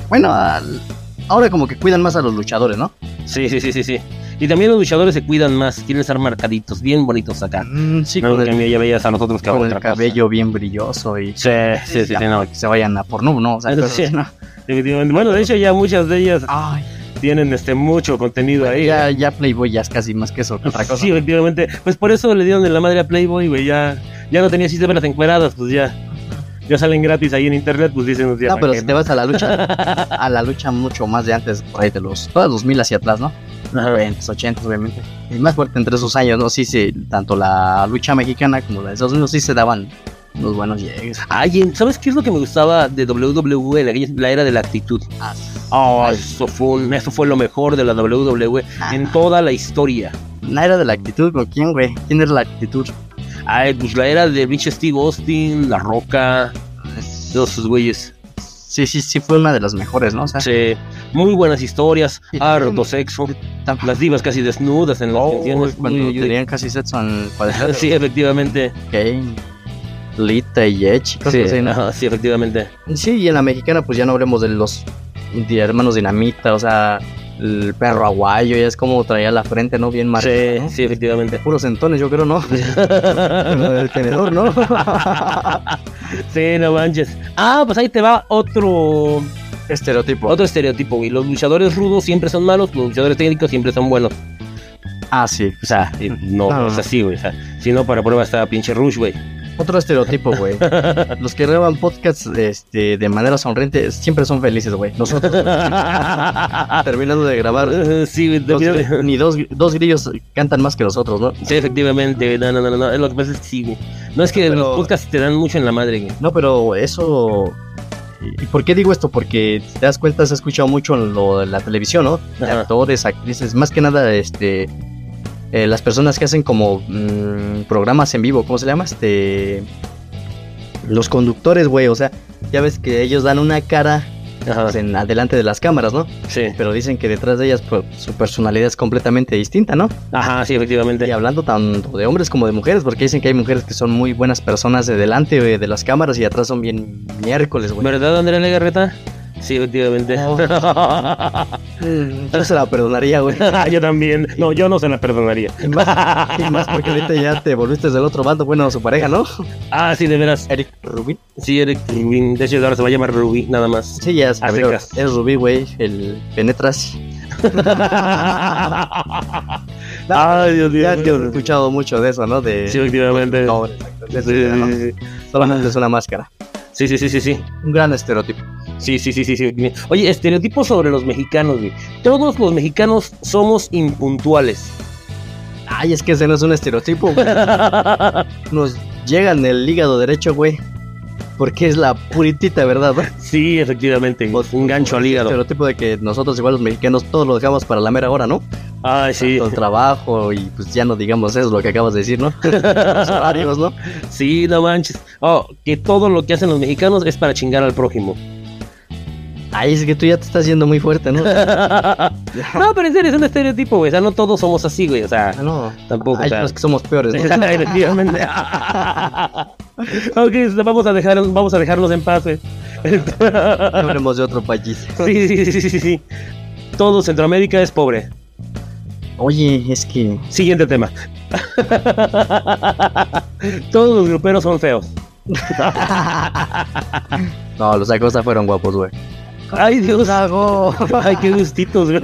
Bueno, al- ahora como que cuidan más a los luchadores, ¿no? Sí, sí, sí, sí, sí. Y también los luchadores se cuidan más, quieren estar marcaditos, bien bonitos acá. Mm, sí, No, con que el, ya veías a nosotros que a con el otra cosa. cabello bien brilloso y Sí, sí, sí, sí, no. que se vayan a por ¿no? O sea, Eso cosas sí. así, ¿no? Definitivamente. Bueno, de hecho ya muchas de ellas Ay, tienen este mucho contenido ahí. ya, ya Playboy ya es casi más que eso, que otra cosa. Sí, efectivamente. Pues por eso le dieron de la madre a Playboy, güey. Ya, ya no tenía chiste para las encueradas, pues ya. Ya salen gratis ahí en internet, pues dicen. pues, ya No, pa' pero qué, si te vas a la *laughs* lucha, a la lucha mucho más de antes, por ahí de los, todos los mil hacia atrás, ¿no? ¿no? Ajá. 90, 80, obviamente. Y más fuerte entre esos años, ¿no? Sí, sí, tanto la lucha mexicana como la de Estados Unidos sí se daban unos buenos llegues. Ay, en- ¿sabes qué es lo que me gustaba de WWE? La, la era de la actitud. Ah, eso, fue, un- eso fue lo mejor de la ah, WWE en toda la historia. Nada era de la actitud, ¿con quién, güey? ¿Quién era la actitud? Ay, pues la era de pinche Steve Austin, La Roca, todos sus güeyes. Sí, sí, sí, fue una de las mejores, ¿no? O sea, Sí, muy buenas historias, Y- harto sexo, tam- las divas casi desnudas en las Oh, canciones. cuando Uy, uy, uy. tenían casi sexo en el *laughs* cuadrilátero. Sí, efectivamente. Kane, Lita y Edge, cosas Sí, así, ¿no? ajá, sí, efectivamente. Sí, y en la mexicana, pues ya no hablemos de los de hermanos Dinamita, o sea, el perro aguayo, ya es como traía la frente, ¿no? Bien marcada, Sí, ¿no? sí, efectivamente. Puros entones, yo creo, ¿no? *laughs* el tenedor, ¿no? Sí, no manches. Ah, pues ahí te va otro *laughs* Estereotipo. otro estereotipo, güey. Los luchadores rudos siempre son malos, los luchadores técnicos siempre son buenos. Ah, sí. O sea, eh, no, No, no, es no. así, güey. O sea, si no, para prueba está pinche Rush, güey. Otro estereotipo, *laughs* güey. Los que graban podcasts este, de manera sonriente siempre son felices, güey. Nosotros *laughs* terminando de grabar, sí, güey, dos- definitivamente. ni dos, dos grillos cantan más que los otros, ¿no? Sí, efectivamente, güey. No, no, no, no. Es Lo que pasa es que sí, güey. No es que Pero- los podcasts te dan mucho en la madre, güey. No, pero eso... ¿Y por qué digo esto? Porque si te das cuenta, se ha escuchado mucho en lo de la televisión, ¿no? De Ajá. actores, actrices, más que nada, este... eh, las personas que hacen como mm, programas en vivo, ¿cómo se llama? Este... Los conductores, güey, o sea, ya ves que ellos dan una cara Ajá. pues, en adelante de las cámaras, ¿no? Sí. Pero dicen que detrás de ellas pues, su personalidad es completamente distinta, ¿no? Ajá, sí, Y efectivamente. hablando tanto de hombres como de mujeres, porque dicen que hay mujeres que son muy buenas personas de delante güey, de las cámaras y de atrás son bien miércoles, güey. ¿Verdad, Andrea Legarreta? Sí, efectivamente. Oh. Mm. Yo se la perdonaría, güey. *laughs* yo también. No, yo no se la perdonaría. Y más, y más porque ahorita ya te volviste del otro bando, bueno, su pareja, ¿no? Ah, sí, de veras. Eric Rubin. Sí, Eric Rubin. De hecho, ahora se va a llamar Rubí, nada *laughs* más. *laughs* Sí, ya es, A pero secas. es Rubí, güey, el penetras. Ay, Dios mío. Ya te he escuchado mucho de eso, ¿no? De... Sí, efectivamente. No, exacto, de eso, ya no. Sí, Solamente es una máscara. sí, sí, sí, sí, sí. Un gran estereotipo. Sí, sí, sí, sí, sí. Oye, estereotipos sobre los mexicanos, güey. Todos los mexicanos somos impuntuales. Ay, es que ese no es un estereotipo, *laughs* güey. Nos llegan el hígado derecho, güey. Porque es la puritita, ¿verdad? güey? Sí, efectivamente. Un gancho al hígado. Estereotipo de que nosotros, igual los mexicanos, todos lo dejamos para la mera hora, ¿no? Ay, sí. Todo el trabajo y pues ya no digamos eso, lo que acabas *laughs* de decir, ¿no? los horarios, ¿no? Sí, no manches. Oh, que todo lo que hacen los mexicanos es para chingar al prójimo. *laughs* Ay, es que tú ya te estás yendo muy *laughs* fuerte, ¿no? No, pero en serio, es un estereotipo, güey. O sea, no todos somos así, güey. O sea, Ah, no. tampoco. o Hay sea. unos que somos peores, *laughs* ¿no? Efectivamente. ok, vamos a, dejar, vamos a dejarlos en paz, güey. No Hablemos de otro país. *laughs* Sí, sí, sí, sí, sí, sí. Todo Centroamérica es pobre. Oye, es que. Siguiente tema. *laughs* Todos los gruperos son feos. No, los Acosta fueron guapos, güey. Ay, Dios. hago? Ay, qué gustitos, güey.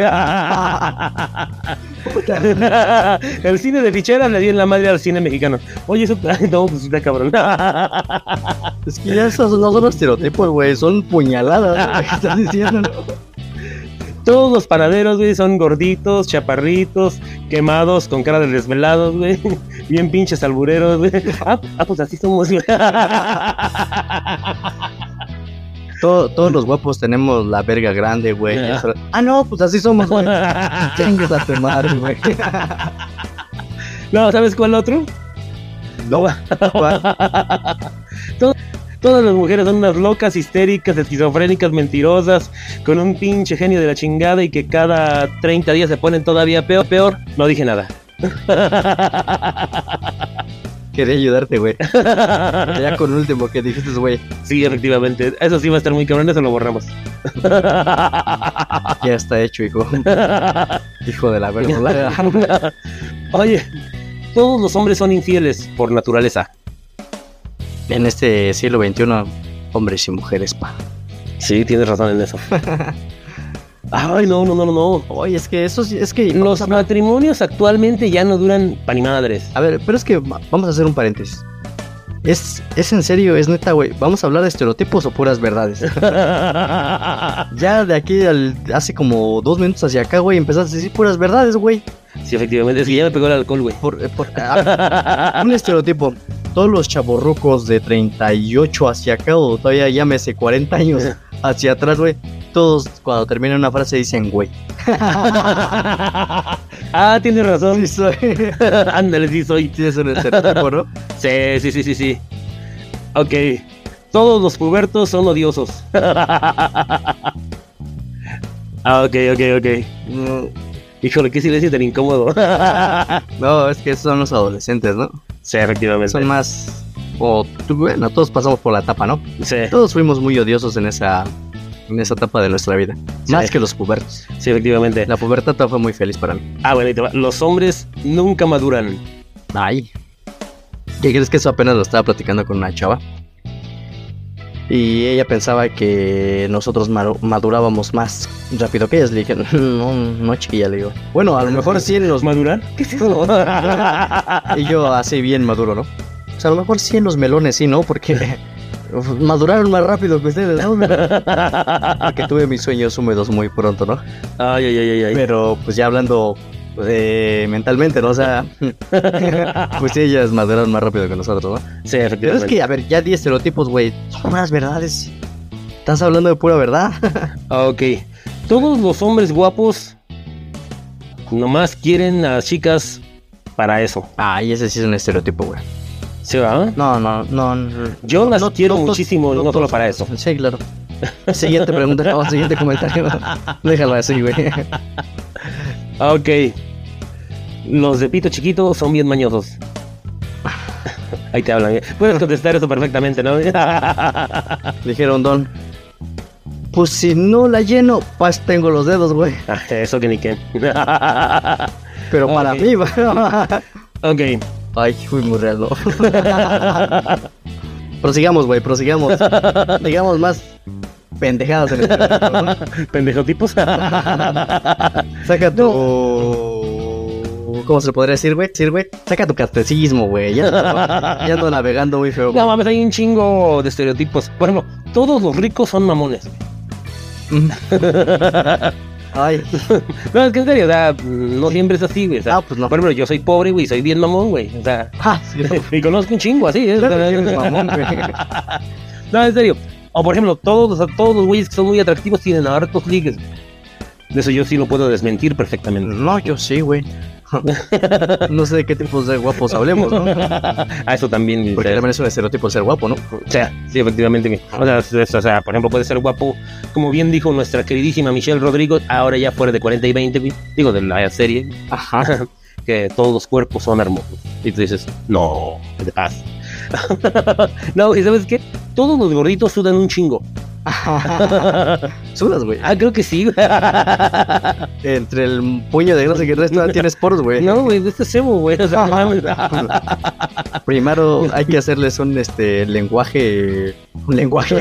*laughs* El cine de ficheras le dio en la madre al cine mexicano. Oye, eso. Ay, no, pues está cabrón. *laughs* Es que ya esos no son estereotipos, güey. Son *laughs* puñaladas, güey, que estás diciendo, ¿no? Todos los panaderos, güey, son gorditos, chaparritos, quemados, con cara de desvelados, güey. *laughs* Bien pinches albureros, güey. Ah, ah, pues así somos, güey. *laughs* Todo- todos los guapos tenemos la verga grande, güey. Ya. Eso- Ah, no, pues así somos, *laughs* güey. Chingues a tu madre, güey. No, ¿sabes cuál otro? No, pa- Todas las mujeres son unas locas, histéricas, esquizofrénicas, mentirosas, con un pinche genio de la chingada y que cada 30 días se ponen todavía peor, peor. No dije nada. quería ayudarte, *laughs* güey. Ya con último que dijiste, güey. Sí, efectivamente. Eso sí va a estar muy cabrón, eso lo borramos. *laughs* Ya está hecho, *laughs* hijo. Hijo de la verga. Oye, todos los hombres son infieles por naturaleza. En este siglo XXI, hombres y mujeres, pa. Sí, tienes razón en *laughs* eso. Ay, no, no, no, no, no. Oye, es que eso sí- es que. Los matrimonios actualmente ya no duran pa' ni madres. *laughs* A ver, pero es que va- vamos a hacer un paréntesis. Es, es en serio, es neta, güey. ¿Vamos a hablar de estereotipos o *laughs* puras verdades? Ya de aquí al, hace como dos minutos hacia acá, güey, empezaste a decir puras verdades, güey. Sí, efectivamente. Es que ya me pegó el alcohol, *laughs* güey. Por, eh, por- ah, un estereotipo. Todos los chaborrucos de 38 hacia acá, o todavía llámese 40 años hacia atrás, güey. Todos cuando terminan una frase dicen, güey. Ah, tienes razón. Sí, soy. *laughs* Ándale, sí soy. Sí, es un estereotipo, ¿no? Sí, sí, sí, sí, sí. Ok. Todos los pubertos son odiosos. *laughs* ah, ok, ok, ok. Mm, Híjole, qué silencio tan incómodo. *laughs* No, es que son los adolescentes, ¿no? sí, efectivamente. Son más. O tú, bueno, todos pasamos por la etapa, ¿no? Sí, Todos fuimos muy odiosos en esa, en esa etapa de nuestra vida. Sí. Más que los pubertos. sí, efectivamente. La pubertad fue muy feliz para mí. Ah, bueno, ahí te va. los hombres nunca maduran. Ay. ¿Qué crees que eso apenas lo estaba platicando con una chava? Y ella pensaba que nosotros maru- madurábamos más rápido que ellas. Le dije, no, no, chiquilla, le digo. Bueno, a lo mejor sí en los ¿Madurar? ¿Qué es *laughs* eso? Y yo así bien maduro, ¿no? O sea, a lo mejor sí en los melones, sí, ¿no? Porque *laughs* uf, maduraron más rápido que ustedes, ¿no? Porque tuve mis sueños húmedos muy pronto, ¿no? ay, ay, ay, ay. Pero pues ya hablando eh, mentalmente, ¿no? O sea, *laughs* pues sí, ellas maduraron más rápido que nosotros, ¿no? Sí, Pero es efectivamente. que, a ver, ya di estereotipos, güey. Son unas verdades. Estás hablando de pura verdad. *laughs* Ok. Todos los hombres guapos nomás quieren a chicas para eso. Ay, ese sí es un estereotipo, güey. ¿Sí va? No, no, no. no. Yo las No, quiero no, no, muchísimo, no, no, solo para eso. Sí, claro. Siguiente pregunta, no, siguiente *laughs* comentario. Déjalo así, güey. Ok. Los de pito chiquito son bien *laughs* mañosos. Ahí te hablan. ¿eh? Puedes contestar eso perfectamente, ¿no? *laughs* Dijeron Don. Pues si no la lleno, pues tengo los dedos, güey. eso que ni qué. *laughs* Pero Ah, para ok. mí, *laughs* va. Ok. Ay, fui muy real, ¿no? *laughs* prosigamos, güey, prosigamos. Digamos más pendejadas en este momento, ¿no? *laughs* Pendejotipos. Saca tu. Oh, ¿Cómo se le podría decir, güey? Decir, güey, Saca tu catecismo, güey. Ya, ya ando navegando muy feo, güey. No mames, hay un chingo de estereotipos. Por ejemplo, todos los ricos son mamones. Ay, No, es que en serio, o sea, no siempre es así, güey. o sea, Ah, pues no. Por ejemplo, yo soy pobre, güey, soy bien mamón, güey. O sea, *laughs* ah, sí, no. y conozco un chingo así, ¿eh? Claro que eres mamón, güey. No, en serio. O por ejemplo, todos, o sea, todos los güeyes que son muy atractivos tienen hartos ligues. De eso yo sí lo puedo desmentir perfectamente. No, yo sí, güey. No sé de qué tipos de guapos hablemos, *laughs* ¿no? Ah, eso también. güey, Porque o sea, también es un estereotipo ser guapo, *laughs* ¿no? O sea, sí, efectivamente. güey. O sea, es- es- o sea, por ejemplo, puede ser guapo, como bien dijo nuestra queridísima Michelle Rodrigo, ahora ya fuera de 40 y 20, güey, digo, de la serie, Ajá. *laughs* que todos los cuerpos son hermosos. Y tú dices, no, ¿qué te pasa? *laughs* no, y sabes qué? Todos los gorditos sudan un chingo. Sudas, güey. Ah, creo que sí. güey. Entre el puño de grasa y el resto tienes poros, güey. *laughs* no, güey, de este cebo, güey. O sea, mames. *laughs* Primero hay que hacerles un este lenguaje. Un lenguaje.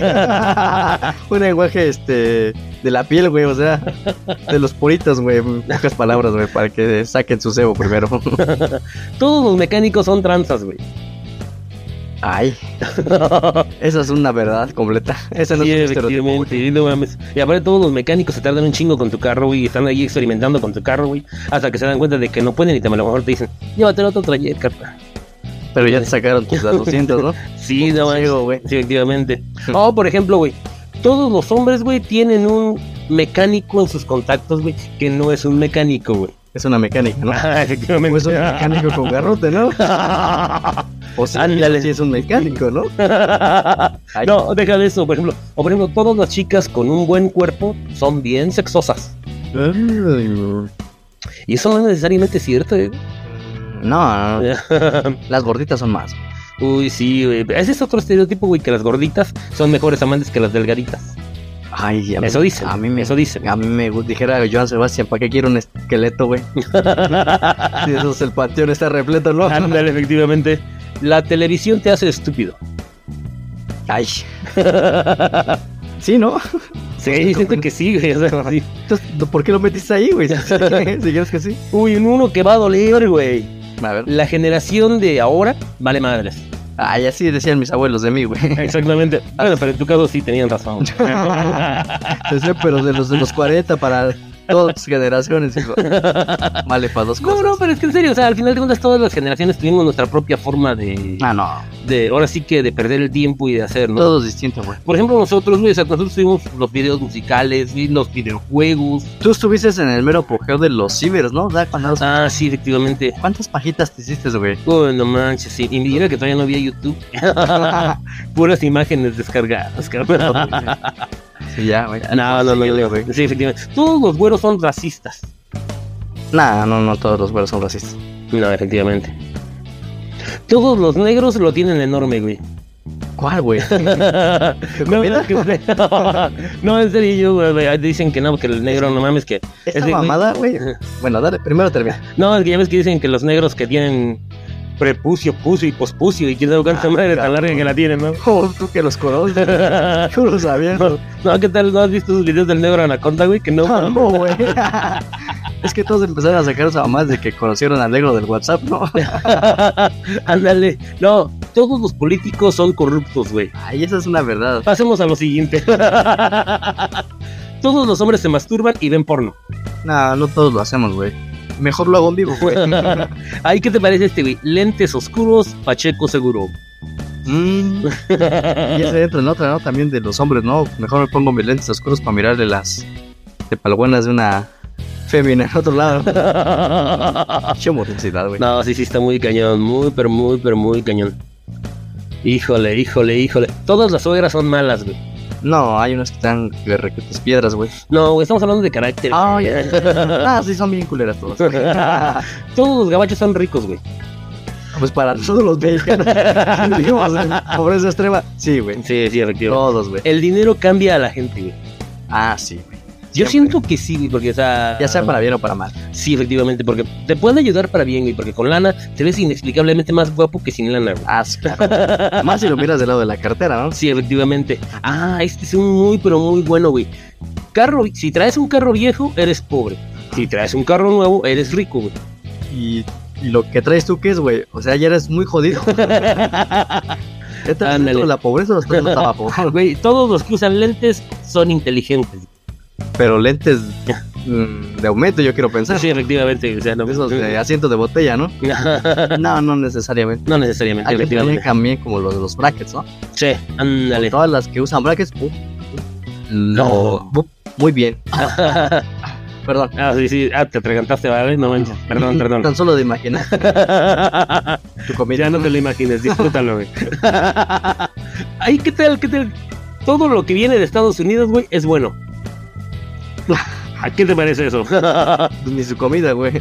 *laughs* un lenguaje este. de la piel, güey. O sea, de los puritos, güey. en Pocas palabras, güey, para que saquen su cebo primero. *laughs* Todos los mecánicos son tranzas, güey. Ay. Esa es una verdad completa. Esa no Sí, es un estereotipo. güey. efectivamente, no mames. Y aparte todos los mecánicos se tardan un chingo con tu carro, güey, y están ahí experimentando con tu carro, güey, hasta que se dan cuenta de que no pueden y te, a lo mejor te dicen, llévatelo a otro taller, carta. Pero ya te sacaron tus 200, ¿no? Sí, no mames. Ciego, güey. Sí, efectivamente. Hmm. O, por ejemplo, güey, todos los hombres, güey, tienen un mecánico en sus contactos, güey, que no es un mecánico, güey. *laughs* Es una mecánica, ¿no? Ah, efectivamente. Pues un mecánico con *laughs* garrote, ¿no? O sea, Ándale. sí es un *laughs* mecánico, ¿no? Ay, No, deja de eso, por ejemplo. O, por ejemplo, todas las chicas con un buen cuerpo son bien sexosas. No, Y eso no es necesariamente cierto, eh. no, no, *laughs* las gorditas son más. Uy, sí, güey. Ese es otro estereotipo, güey, que las gorditas son mejores amantes que las delgaditas. Ay, a mí, Eso dicen. A mí me, Eso dicen. a mí me gu- dijera Joan Sebastián, ¿para qué quiero un *laughs* esqueleto, güey? si eso es el panteón está repleto, ¿no? Ándale, efectivamente. La televisión te hace estúpido. Ay. Sí, ¿no? Sí, siento que sí, güey. o sea, sí. Entonces, ¿por qué lo metiste ahí, güey? Si quieres que sí. Uy, uno que va a doler, güey. A ver. La generación de ahora vale madres. Ay, así decían mis abuelos de mí, güey. *laughs* Exactamente. Bueno, pero en tu caso sí tenían razón. Te sé, pero de los de los 40 para Todas tus generaciones, hijo. Vale, para dos No, cosas. no, pero es que en serio, o sea, al final de cuentas todas las generaciones tuvimos nuestra propia forma de, Ah, no. de ahora sí que de perder el tiempo y de hacer, ¿no? Todo es distinto, güey. Por ejemplo, nosotros, güey, o sea, nosotros tuvimos los videos musicales, y los videojuegos. Tú estuviste en el mero apogeo de los cibers, ¿no? Da cuando- Ah, sí, efectivamente. ¿Cuántas pajitas te hiciste, güey? Oh, no manches, sí. Y mira que todavía no había YouTube. *laughs* Puras imágenes descargadas, cabrón. Sí, ya, güey. *laughs* No, no, no, no, no. Sí, efectivamente. Todos los güeros son racistas. Nah, no, no, todos los güeros son racistas. No, efectivamente. Todos los negros lo tienen enorme, *laughs* güey. ¿Cuál, güey? no, comida? que- *laughs* no, en serio, yo, güey, güey, dicen que no, que el negro, no mames, que... Esa Ese güey- mamada, güey. Bueno, dale, primero termina. No, es que ya ves que dicen que los negros que tienen prepucio, pucio y pospucio y quién sabe cuánta madre tan larga que la tienen, ¿no? Oh, tú que los conoces. *laughs* Yo lo sabía. no, no, ¿qué tal? ¿No has visto los videos del negro anaconda, güey? Que no... *laughs* *laughs* No, no, güey. Es que todos empezaron a sacar esa mamá desde que conocieron al negro del WhatsApp, ¿no? Ándale. No, todos los políticos son corruptos, güey. Ay, esa es una verdad. Pasemos a lo siguiente. *laughs* Todos los hombres se masturban y ven porno. No, no todos lo hacemos, güey. Mejor lo hago en vivo, *laughs* güey. Ay, ¿qué te parece este, güey? Lentes oscuros, Pacheco seguro. Mm. Y eso entra en otra, ¿no? También de los hombres, ¿no? Mejor me pongo mis lentes oscuros para mirarle las palguanas de una fémina en otro lado. *laughs* Che morbosidad, güey. No, sí, sí, está muy cañón. Muy, pero muy, pero muy cañón. Híjole, híjole, híjole. Todas las suegras son malas, güey. No, hay unas que están de requetes piedras, güey. No, güey, estamos hablando de carácter. Ay, ah, sí, son bien culeras todas. *laughs* Todos los gabachos son ricos, güey. Pues para todos *laughs* los mexicanos, digamos, pobreza extrema. Sí, güey. Sí, sí, efectivamente. Todos, güey. El dinero cambia a la gente, güey. Ah, sí, güey. Yo Siempre. siento que sí, güey, porque, o sea... Ya sea para bien o para mal. Sí, efectivamente, porque te puede ayudar para bien, güey, porque con lana te ves inexplicablemente más guapo que sin lana, güey. Ah, sí, claro. Más si lo miras del lado de la cartera, ¿no? Sí, efectivamente. Ah, este es un muy, pero muy bueno, güey. Carro, si traes un carro viejo, eres pobre. Si traes un carro nuevo, eres rico, güey. Y, y lo que traes tú, ¿qué es, güey? O sea, ya eres muy jodido. *laughs* ¿Estás Ándale. dentro de la pobreza o estás en *laughs* el tabaco? Güey, todos los que usan lentes son inteligentes. *laughs* Pero lentes mm, de aumento, yo quiero pensar. Sí, efectivamente, o sea, no... Esos de asientos de botella, ¿no? No, no necesariamente. *laughs* No necesariamente, Hay que tener efectivamente. también como los de los brackets, ¿no? Sí, ándale. Todas las que usan brackets, ¡pum! No. ¡pum! *laughs* muy bien. Perdón. Ah, sí, sí. Ah, te atragantaste, ¿vale? No manches. *laughs* Perdón, perdón. Tan solo de imaginar tu *laughs* comida. Mira, no te lo imagines, disfrútalo, güey. *laughs* Ay, ¿qué tal? ¿Qué tal? Todo lo que viene de Estados Unidos, güey, es bueno. *laughs* ¿A qué te parece eso? Ni su comida, *laughs* güey.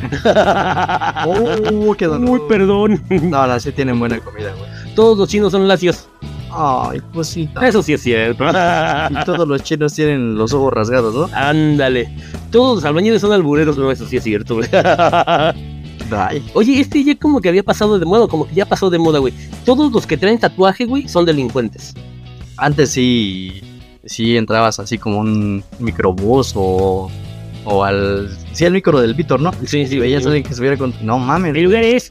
¡Oh, qué dolor. Muy perdón. No, no, sí tienen buena comida, güey. Todos los chinos son lacios. Ay, cosita. Eso sí es cierto. Y todos los chinos tienen los ojos rasgados, *laughs* ¿no? Ándale. Todos los albañiles son albureros. No, eso sí es cierto, güey. *laughs* Ay, Oye, este ya como que había pasado de moda, como que ya pasó de moda, güey. Todos los que traen tatuaje, güey, son delincuentes. antes sí, sí entrabas así como un microbús o, o al... Sí, al micro del Víctor, ¿no? Sí, sí, Y veías a alguien que subiera con... No El mames, lugar es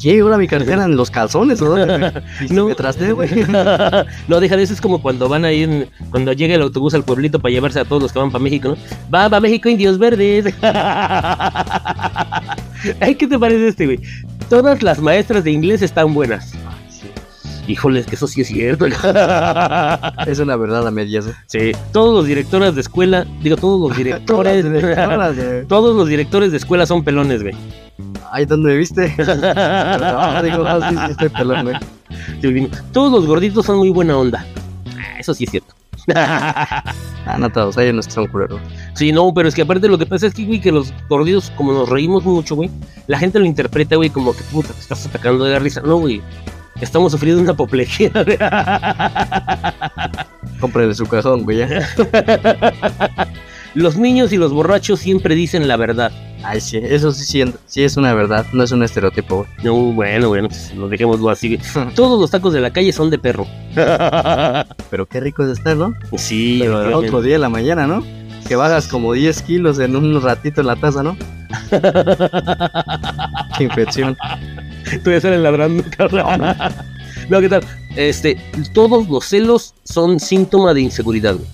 ¿qué? Ahora mi cartera en los calzones, *laughs* ¿no? Y No. me trasté, *laughs* güey. *laughs* no, deja de eso, es como cuando van a ir, cuando llega el autobús al pueblito para llevarse a todos los que van para México, ¿no? Va, va México, indios verdes. *laughs* Ay, ¿qué te parece este, güey? Todas las maestras de inglés están buenas. Sí, Híjoles, que eso sí es cierto. *laughs* Es una verdad a medias. ¿eh? sí, todos los directores de escuela, digo, *laughs* todos los directores, *laughs* Todas de- todos los directores de escuela son pelones, güey. Ay, ¿dónde me *laughs* viste? Ah, digo, ah, sí, sí, estoy pelón, güey. todos los gorditos son muy buena onda. Ah, Eso sí es cierto. Ah, no todos, hay unos que son culeros. Sí, no, pero es que aparte lo que pasa es que, güey, que los gorditos, como nos reímos mucho, güey, la gente lo interpreta, güey, como que puta, te estás atacando de la risa. No, güey, estamos sufriendo una apoplejía. güey. Cómprele su cajón, güey, ya. los niños y los borrachos siempre dicen la verdad. Ay, sí, eso sí, sí, sí es una verdad, no es un estereotipo, güey. No, bueno, bueno, pues lo dejémoslo así. *laughs* güey. Todos los tacos de la calle son de perro. Pero qué rico es estar, ¿no? sí, Pero el efectivamente. otro día de la mañana, ¿no? Que bajas como 10 kilos en un ratito en la *laughs* taza, ¿no? qué infección. Todavía salen ladrando, cabrón. *laughs* No, ¿qué tal? Este, todos los celos son síntoma de inseguridad, güey.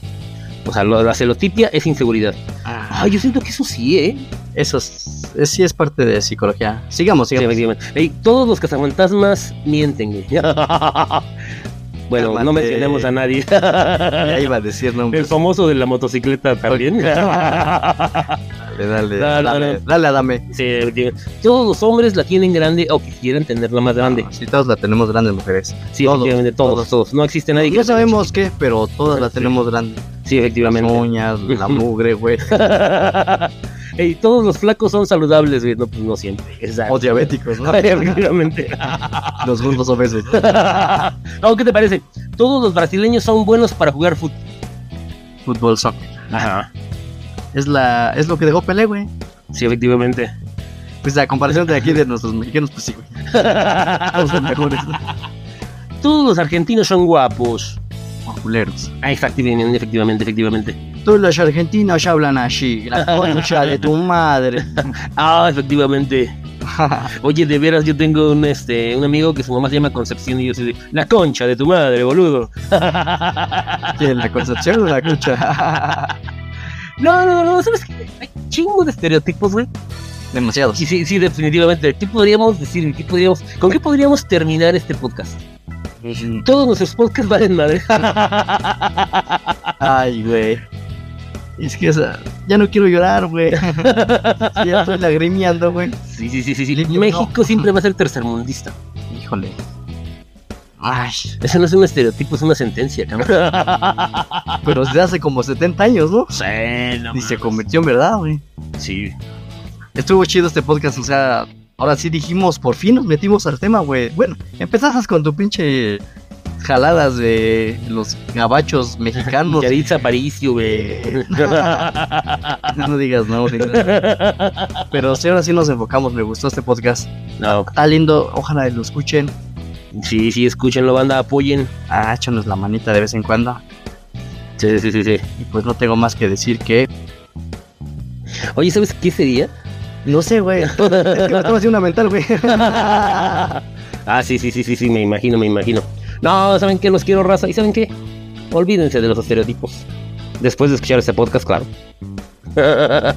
O sea, lo- la celotipia es inseguridad. Ay, yo siento que eso sí, ¿eh? Eso es, es- sí es parte de psicología. Sigamos, Sí, sigamos. efectivamente. Ey, todos los cazafantasmas mienten, güey. *laughs* bueno, Cálmate. no mencionemos a nadie. *laughs* Ya iba a decir El nombres. famoso de la motocicleta *laughs* también. Dale, dale, Dale, dame, dale. dale, dame. Sí, efectivamente. todos los hombres la tienen grande o quisieran tenerla más grande. Si todos la tenemos grandes mujeres. Sí, todos, efectivamente, todos, todos. todos, No existe nadie que No sabemos qué, pero todas la Sí. tenemos grande. Sí, Las efectivamente. uñas, la mugre, güey. *laughs* Ey, todos los flacos son saludables, güey. No, pues no siempre. Exacto. O diabéticos, ¿no? *laughs* Efectivamente. *laughs* Los gordos obesos. No, ¿qué te parece? Todos los brasileños son buenos para jugar fútbol. Fútbol soccer. Ajá. Es, la, es lo que dejó Pelé, güey. Sí, efectivamente. Pues la comparación de aquí de nuestros mexicanos, pues sí, güey. Todos son mejores, ¿no? Todos los argentinos son guapos. O culeros. Ah, efectivamente, efectivamente, efectivamente. Todos los argentinos ya hablan así. La concha de tu madre. *laughs* Ah, efectivamente. Oye, de veras, yo tengo un este un amigo que su mamá se llama Concepción y yo soy de, la concha de tu madre, boludo. ¿Quién, la concepción o la concha? No, no, no, ¿sabes qué? Hay chingo de estereotipos, güey. Demasiados. Sí, sí, sí, definitivamente. ¿Qué podríamos decir? ¿Qué podríamos, ¿Con qué podríamos terminar este podcast? Todos nuestros podcasts valen madre. *laughs* Ay, güey. Es que esa... ya no quiero llorar, güey. ya estoy lagrimeando, güey. Sí, sí, sí, sí. sí. Limpio, México siempre va a ser tercermundista. Híjole. Ay, Eso no es un estereotipo, es una sentencia, cabrón. pero desde hace como 70 años, ¿no? Sí, no Ni se mames. convirtió en verdad, güey. Sí. Estuvo chido este podcast, o sea, ahora sí dijimos, por fin nos metimos al tema, güey. Bueno, empezabas con tu pinche jaladas de los gabachos *laughs* mexicanos. Yaritza Aparicio, *laughs* güey. *laughs* no digas no, sí. pero sí, ahora sí nos enfocamos, me gustó este podcast. No, Está lindo, ojalá lo escuchen. sí, sí, escúchenlo, banda, apoyen. Ah, échanos la manita de vez en cuando. Sí, sí, sí, sí. Y pues no tengo más que decir que... Oye, ¿sabes qué sería? *laughs* No sé, güey. Es que me estaba haciendo una mental, güey. *laughs* Ah, sí, sí, sí, sí, sí, me imagino, me imagino. No, ¿saben qué? Los quiero raza. ¿Y saben qué? Olvídense de los estereotipos. Después de escuchar este podcast, claro.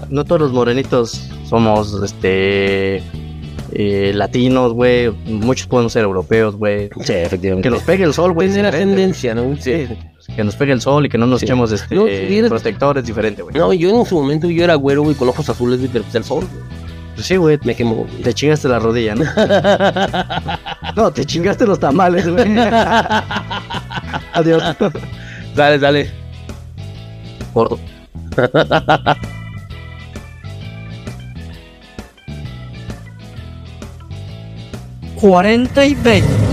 *laughs* no todos los morenitos somos este eh, latinos, güey. Muchos podemos ser europeos, güey. Sí, efectivamente. Que nos pegue el sol, güey. Pueden es ser diferente. ascendencia, ¿no? Sí. Que nos pegue el sol y que no nos Sí. echemos este, No, si vieras- protectores diferente, güey. No, yo en su momento yo era güero, güey, con ojos azules, güey, pero pues el sol güey, Pues sí, güey. me quemó. güey. Te chingaste la *laughs* rodilla, ¿no? no, te chingaste los *laughs* tamales, güey. Adiós. Dale, dale. Gordo. Cuarenta y veinte.